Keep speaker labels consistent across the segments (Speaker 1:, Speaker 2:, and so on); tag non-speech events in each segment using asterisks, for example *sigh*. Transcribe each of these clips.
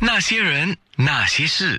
Speaker 1: 那些人，那些事，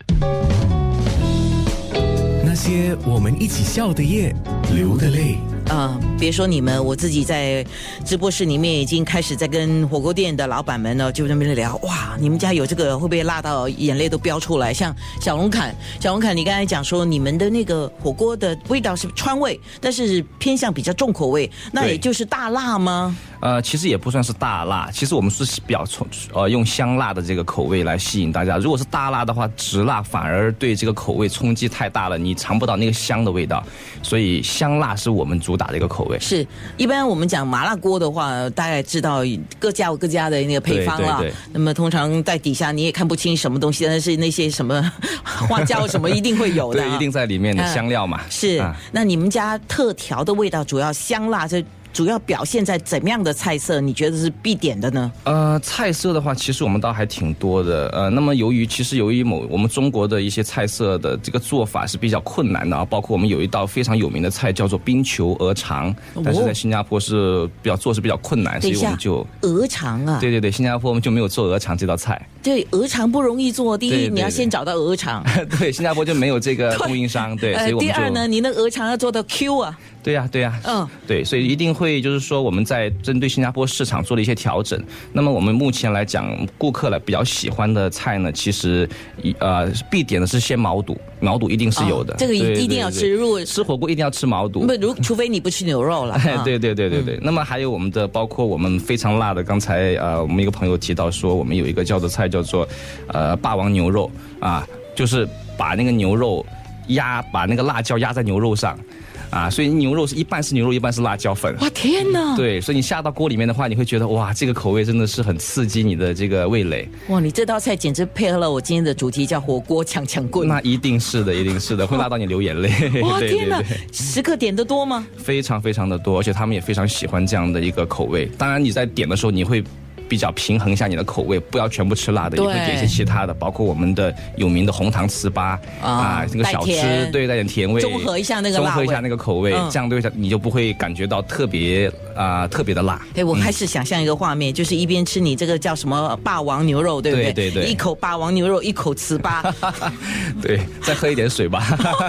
Speaker 2: 那些我们一起笑的夜，流的泪。
Speaker 3: 啊、别说你们，我自己在直播室里面已经开始在跟火锅店的老板们呢，就在那边聊，哇，你们家有这个会不会辣到眼泪都飙出来？像小龙坎，小龙坎，你刚才讲说你们的那个火锅的味道是川味，但是偏向比较重口味，那
Speaker 4: 对
Speaker 3: 也就是大辣吗？
Speaker 4: 呃，其实也不算是大辣，其实我们是比较从呃用香辣的这个口味来吸引大家。如果是大辣的话，直辣反而对这个口味冲击太大了，你尝不到那个香的味道。所以香辣是我们主打的一个口味。
Speaker 3: 是，一般我们讲麻辣锅的话，大概知道各家有各家的那个配方啦。
Speaker 4: 对对对
Speaker 3: 那么通常在底下你也看不清什么东西，但是那些什么花椒什么一定会有的、
Speaker 4: *laughs* 对，
Speaker 3: 啊，
Speaker 4: 一定在里面的
Speaker 3: 嗯
Speaker 4: 香料嘛。
Speaker 3: 是。
Speaker 4: 啊
Speaker 3: 那你们家特调的味道主要香辣，这主要表现在怎么样的菜色？你觉得是必点的呢？
Speaker 4: 呃，菜色的话，其实我们倒还挺多的。呃，那么由于其实由于某我们中国的一些菜色的这个做法是比较困难的啊，包括我们有一道非常有名的菜叫做冰球鹅肠，但是在新加坡是比较做是比较困难，啊所
Speaker 3: 等一
Speaker 4: 以我
Speaker 3: 下
Speaker 4: 们就。
Speaker 3: 鹅肠啊，
Speaker 4: 对对对，新加坡我们就没有做鹅肠这道菜， *laughs*
Speaker 3: 对，鹅肠不容易做。第一，
Speaker 4: 对对对
Speaker 3: 你要先找到鹅肠。
Speaker 4: 对，新加坡就没有这个
Speaker 3: 对呃
Speaker 4: 供应商，对， *laughs* 所以我们
Speaker 3: 第
Speaker 4: 就
Speaker 3: 二呢，你那鹅肠要做到 Q 啊，
Speaker 4: 对呀、对呀、
Speaker 3: 嗯
Speaker 4: 对，所以一定会就是说我们在针对新加坡市场做了一些调整。那么我们目前来讲，顾客来比较喜欢的菜呢，其实一呃必点的是鲜毛肚，毛肚一定 *laughs* 是有的，
Speaker 3: 哦这个一
Speaker 4: 对
Speaker 3: 一定要吃。如果
Speaker 4: 对对吃火锅一定要吃毛肚
Speaker 3: 不，，如除非你不吃牛
Speaker 4: *laughs*
Speaker 3: 肉了。
Speaker 4: 哎
Speaker 3: 啊，
Speaker 4: 对对对对对。那么还有我们的，包括我们非常辣的，刚才呃，我们一个朋友提到说，我们有一个叫做菜叫做呃霸王牛肉啊，就是把那个牛肉压，把那个辣椒压在牛肉上。啊，所以牛肉是一半是牛肉，一半是辣椒粉。
Speaker 3: 哇天哪！
Speaker 4: 对，所以你下到锅里面的话，你会觉得哇，这个口味真的是很刺激你的这个味蕾。
Speaker 3: 哇，你这道菜简直配合了我今天的主题，叫火锅抢抢棍。
Speaker 4: 那一定是的，一定是的，会辣到你流眼泪。
Speaker 3: 哇
Speaker 4: *laughs* 对
Speaker 3: 天
Speaker 4: 对
Speaker 3: 哪
Speaker 4: 对，
Speaker 3: 食客点的多吗？
Speaker 4: 非常非常的多，而且他们也非常喜欢这样的一个口味。当然你在点的时候，你会。比较平衡一下你的口味，不要全部吃辣的，也
Speaker 3: 对
Speaker 4: 会点一些其他的，包括我们的有名的红糖糍粑
Speaker 3: 啊
Speaker 4: 啊，这个
Speaker 3: 带
Speaker 4: 小吃
Speaker 3: 甜
Speaker 4: 对，带点甜味，
Speaker 3: 中和一下那个
Speaker 4: 中
Speaker 3: 辣
Speaker 4: 和一
Speaker 3: 味
Speaker 4: 下那个口味，
Speaker 3: 嗯
Speaker 4: 这样对你就不会感觉到特别啊、特别的辣。 *laughs*
Speaker 3: 哎，我开始想象一个画面，就是一边吃你这个叫什么霸王牛肉，对不对？
Speaker 4: 对对对
Speaker 3: 一口霸王牛肉，一口糍
Speaker 4: *laughs*
Speaker 3: 粑。
Speaker 4: 对，再喝一点水吧。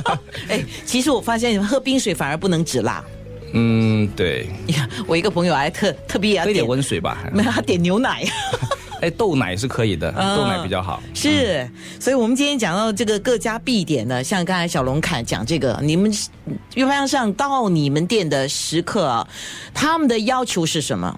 Speaker 4: *laughs*
Speaker 3: 哎，其实我发现喝冰水反而不能止辣。 *laughs*
Speaker 4: 嗯，对，
Speaker 3: 你看，我一个朋友还特特别要
Speaker 4: 喝一点
Speaker 3: 点，
Speaker 4: 温水吧。
Speaker 3: 没有他点牛奶。 *laughs*
Speaker 4: 哎，豆奶是可以的，
Speaker 3: 嗯
Speaker 4: 豆奶比较好。
Speaker 3: 是，
Speaker 4: 嗯
Speaker 3: 所以我们今天讲到这个各家必点的，像刚才小龙侃讲这个，你们一般上到你们店的食客啊，他们的要求是什么？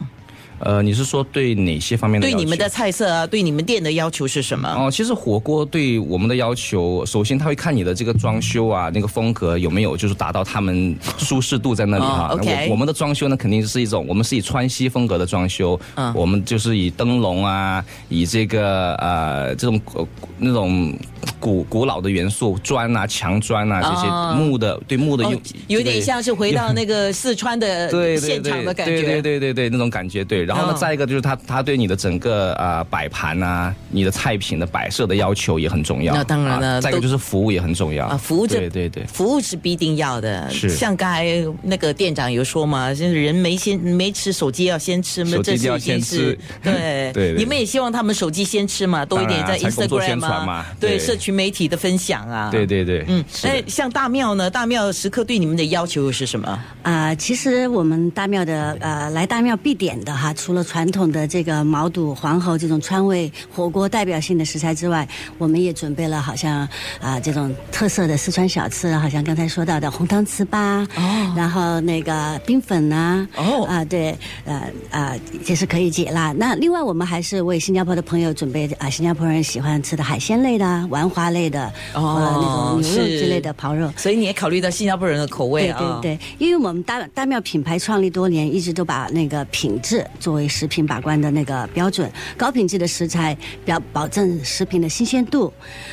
Speaker 4: 呃，你是说对哪些方面的
Speaker 3: 对
Speaker 4: 要求？
Speaker 3: 你们的菜色啊，对你们店的要求是什么？
Speaker 4: 哦，其实火锅对我们的要求，首先他会看你的这个装修啊，那个风格有没有就是达到他们舒适度在那里哈。
Speaker 3: 哦
Speaker 4: 那
Speaker 3: ，OK
Speaker 4: 我我们的装修呢，肯定是一种我们是以川西风格的装修，
Speaker 3: 嗯
Speaker 4: 我们就是以灯笼啊，以这个呃这种呃那种古古老的元素，砖啊、墙砖啊这些、
Speaker 3: 哦
Speaker 4: 木的，对木的用、
Speaker 3: 哦有点
Speaker 4: 对
Speaker 3: 像是回到那个四川的
Speaker 4: *laughs* 对对
Speaker 3: 现场的感觉。
Speaker 4: 对对对对对，那种感觉对。然后呢，
Speaker 3: 嗯
Speaker 4: 再一个就是他他对你的整个啊、呃摆盘啊，你的菜品的摆设的要求也很重要。
Speaker 3: 那当然了
Speaker 4: 啊再一个
Speaker 3: 都
Speaker 4: 就是服务也很重要
Speaker 3: 啊，服务这
Speaker 4: 对对对。
Speaker 3: 服务是必定要的。
Speaker 4: 是
Speaker 3: 像刚才那个店长有说嘛，就是人没先没吃，手机要先吃嘛，
Speaker 4: 手
Speaker 3: 这
Speaker 4: 机一
Speaker 3: 是
Speaker 4: 定要
Speaker 3: 一件
Speaker 4: 先
Speaker 3: 事
Speaker 4: *laughs* 吃。
Speaker 3: 对
Speaker 4: 对对
Speaker 3: 你们也希望他们手机先吃嘛，多一点
Speaker 4: 当
Speaker 3: 在
Speaker 4: 然啊才工作
Speaker 3: Instagram
Speaker 4: 宣传
Speaker 3: 啊
Speaker 4: 嘛，
Speaker 3: 对
Speaker 4: 对
Speaker 3: 社群媒体的分享啊，
Speaker 4: 对。对对，
Speaker 3: 嗯，
Speaker 4: 是的
Speaker 3: 那像大庙呢？大庙食客对你们的要求又是什么？
Speaker 5: 啊、其实我们大庙的呃，来大庙必点的哈，除了传统的这个毛肚、黄喉这种川味火锅代表性的食材之外，我们也准备了好像啊、这种特色的四川小吃，好像刚才说到的红糖糍粑，
Speaker 3: 哦
Speaker 5: 然后那个冰粉呐、啊，
Speaker 3: 哦
Speaker 5: 啊、对，呃啊，也是可以解辣。那另外我们还是为新加坡的朋友准备啊、新加坡人喜欢吃的海鲜类的啊、丸花类的，呃
Speaker 3: 哦
Speaker 5: 那种牛肉
Speaker 3: 是
Speaker 5: 之类的刨肉。
Speaker 3: 所以你也考虑到新加坡人的口味啊？
Speaker 5: 对对对，因为我们大大庙品牌创立多年，一直都把那个品质作为食品把关的那个标准，高品质的食材表保证食品的新鲜度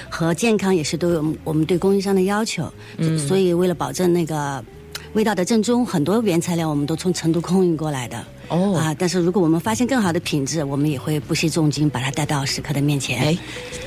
Speaker 5: 和健康，也是对我们我们对供应商的要求。嗯，所以为了保证那个。味道的正宗，很多原材料我们都从成都空运过来的
Speaker 3: 哦
Speaker 5: 啊。但是如果我们发现更好的品质，我们也会不惜重金把它带到食客的面前。
Speaker 3: 哎，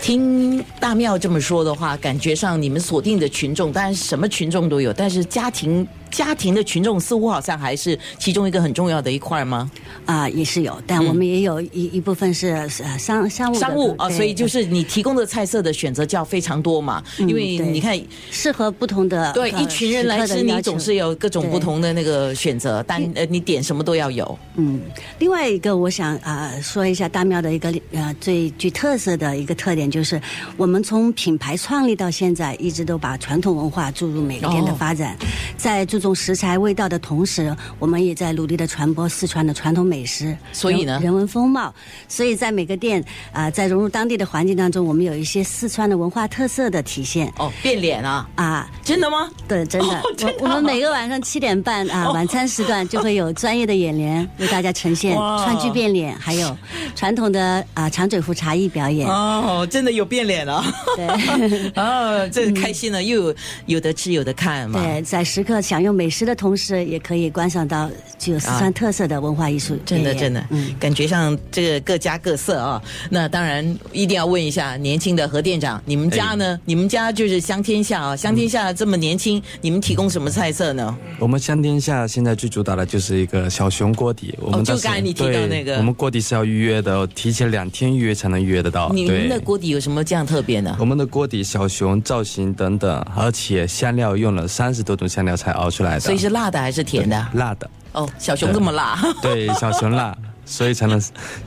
Speaker 3: 听大妙这么说的话，感觉上你们锁定的群众，当然什么群众都有，但是家庭家庭的群众似乎好像还是其中一个很重要的一块吗？
Speaker 5: 啊、也是有，但我们也有一、一部分是呃商商务的
Speaker 3: 商务啊，
Speaker 5: 对
Speaker 3: 所以就是你提供的菜色的选择就要非常多嘛，
Speaker 5: 嗯
Speaker 3: 因为
Speaker 5: 对
Speaker 3: 你看。
Speaker 5: 适合不同的
Speaker 3: 对，
Speaker 5: 呃
Speaker 3: 一群人来
Speaker 5: 食客
Speaker 3: 吃，
Speaker 5: 的要
Speaker 3: 你
Speaker 5: 求
Speaker 3: 总是有各种不
Speaker 5: 对
Speaker 3: 同的那个选择，但呃，你点什么都要有。
Speaker 5: 嗯，另外一个我想啊、呃说一下大庙的一个呃最具特色的一个特点，就是我们从品牌创立到现在，一直都把传统文化注入每个
Speaker 3: 哦
Speaker 5: 店的发展，在注重食材味道的同时，我们也在努力的传播四川的传统美食，
Speaker 3: 所以呢
Speaker 5: 人人文风貌。所以在每个店啊、呃在融入当地的环境当中，我们有一些四川的文化特色的体现
Speaker 3: 哦，变脸啊，
Speaker 5: 啊。
Speaker 3: 真的吗？
Speaker 5: 对，真的，
Speaker 3: 哦真的哦
Speaker 5: 我我们每个晚上七点半啊，晚餐时段就会有专业的演员为大家呈
Speaker 3: *laughs*
Speaker 5: 现
Speaker 3: 哇
Speaker 5: 川剧变脸，
Speaker 3: *laughs*
Speaker 5: 还有传统的啊长嘴壶茶艺表演。
Speaker 3: 哦，真的有变脸
Speaker 5: *laughs*
Speaker 3: 了。 *laughs*
Speaker 5: 对
Speaker 3: 哦，这开心了，又有有的吃，有的看嘛。
Speaker 5: 嗯对，在时刻享用美食的同时，也可以观赏到具有四川特色的文化艺术
Speaker 3: 啊真
Speaker 5: 表
Speaker 3: 的
Speaker 5: 演
Speaker 3: 真的，
Speaker 5: 嗯，
Speaker 3: 感觉上这个各家各色啊。那当然一定要问一下年轻的何店长，你们家
Speaker 6: 哎
Speaker 3: 呢？你们家就是香天下啊，香天下这么年轻，你们提供什么菜色呢？
Speaker 6: 我们香天下现在最主打的就是一个小熊锅底，我们
Speaker 3: 哦就
Speaker 6: 当时
Speaker 3: 刚才你提到
Speaker 6: 对
Speaker 3: 那个
Speaker 6: 我们锅底是要预约的哦，提前两天预约才能预约得到。
Speaker 3: 你们
Speaker 6: 对嗯
Speaker 3: 的锅底有什么这样特别呢？
Speaker 6: 我们的锅底、小熊造型等等，而且香料用了三十多种香料才熬出来的，
Speaker 3: 所以是辣的还是甜的？
Speaker 6: 辣的，
Speaker 3: 哦，小熊这么辣，
Speaker 6: 对，小熊辣，所以才能，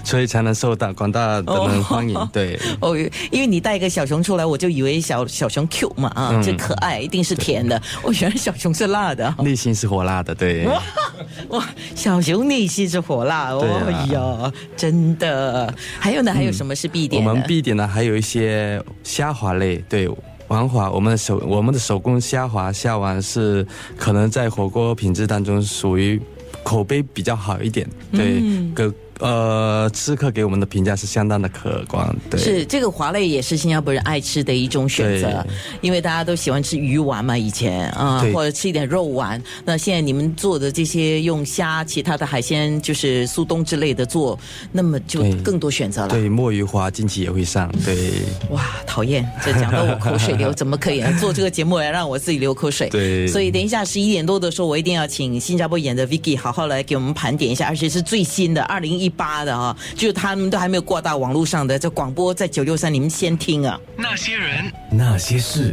Speaker 6: 所以才能受到广大的
Speaker 3: *laughs*
Speaker 6: 人欢迎。对，
Speaker 3: *laughs* 哦，因为你带一个小熊出来，我就以为小小熊 Q 嘛
Speaker 6: 嗯
Speaker 3: 啊，这、可爱一定是甜的。我、原来小熊是辣的，
Speaker 6: 内心是火辣的，对，
Speaker 3: 哇，小熊内心是火辣，
Speaker 6: 对啊嗯
Speaker 3: 哦哟，真的。还有呢，还有什么是必
Speaker 6: 我
Speaker 3: 点的？
Speaker 6: 们必点的还有一些虾滑类，对。王滑，我们的手我们的手工虾滑虾丸是可能在火锅品质当中属于口碑比较好一点，对，
Speaker 3: 嗯
Speaker 6: 给呃吃客给我们的评价是相当的可观，对，
Speaker 3: 是这个华类也是新加坡人爱吃的一种选择
Speaker 6: 对，
Speaker 3: 因为大家都喜欢吃鱼丸嘛，以前啊、
Speaker 6: 对
Speaker 3: 或者吃一点肉丸。那现在你们做的这些用虾、其他的海鲜，就是苏东之类的做，那么就
Speaker 6: 对
Speaker 3: 更多选择了。
Speaker 6: 对，墨鱼花近期也会上，对，
Speaker 3: 哇，讨厌！这讲到我口水流，怎么可以呢？做这个节目来让我自己流口水？
Speaker 6: *laughs* 对
Speaker 3: 所以等一下十一点多的时候，我一定要请新加坡演的 Vicky 好好来给我们盘点一下，而且是最新的二零一八的啊，就是他们都还没有挂到网络上的，这广播在九六三，你们先听啊。
Speaker 1: 那些人，
Speaker 2: 那些事。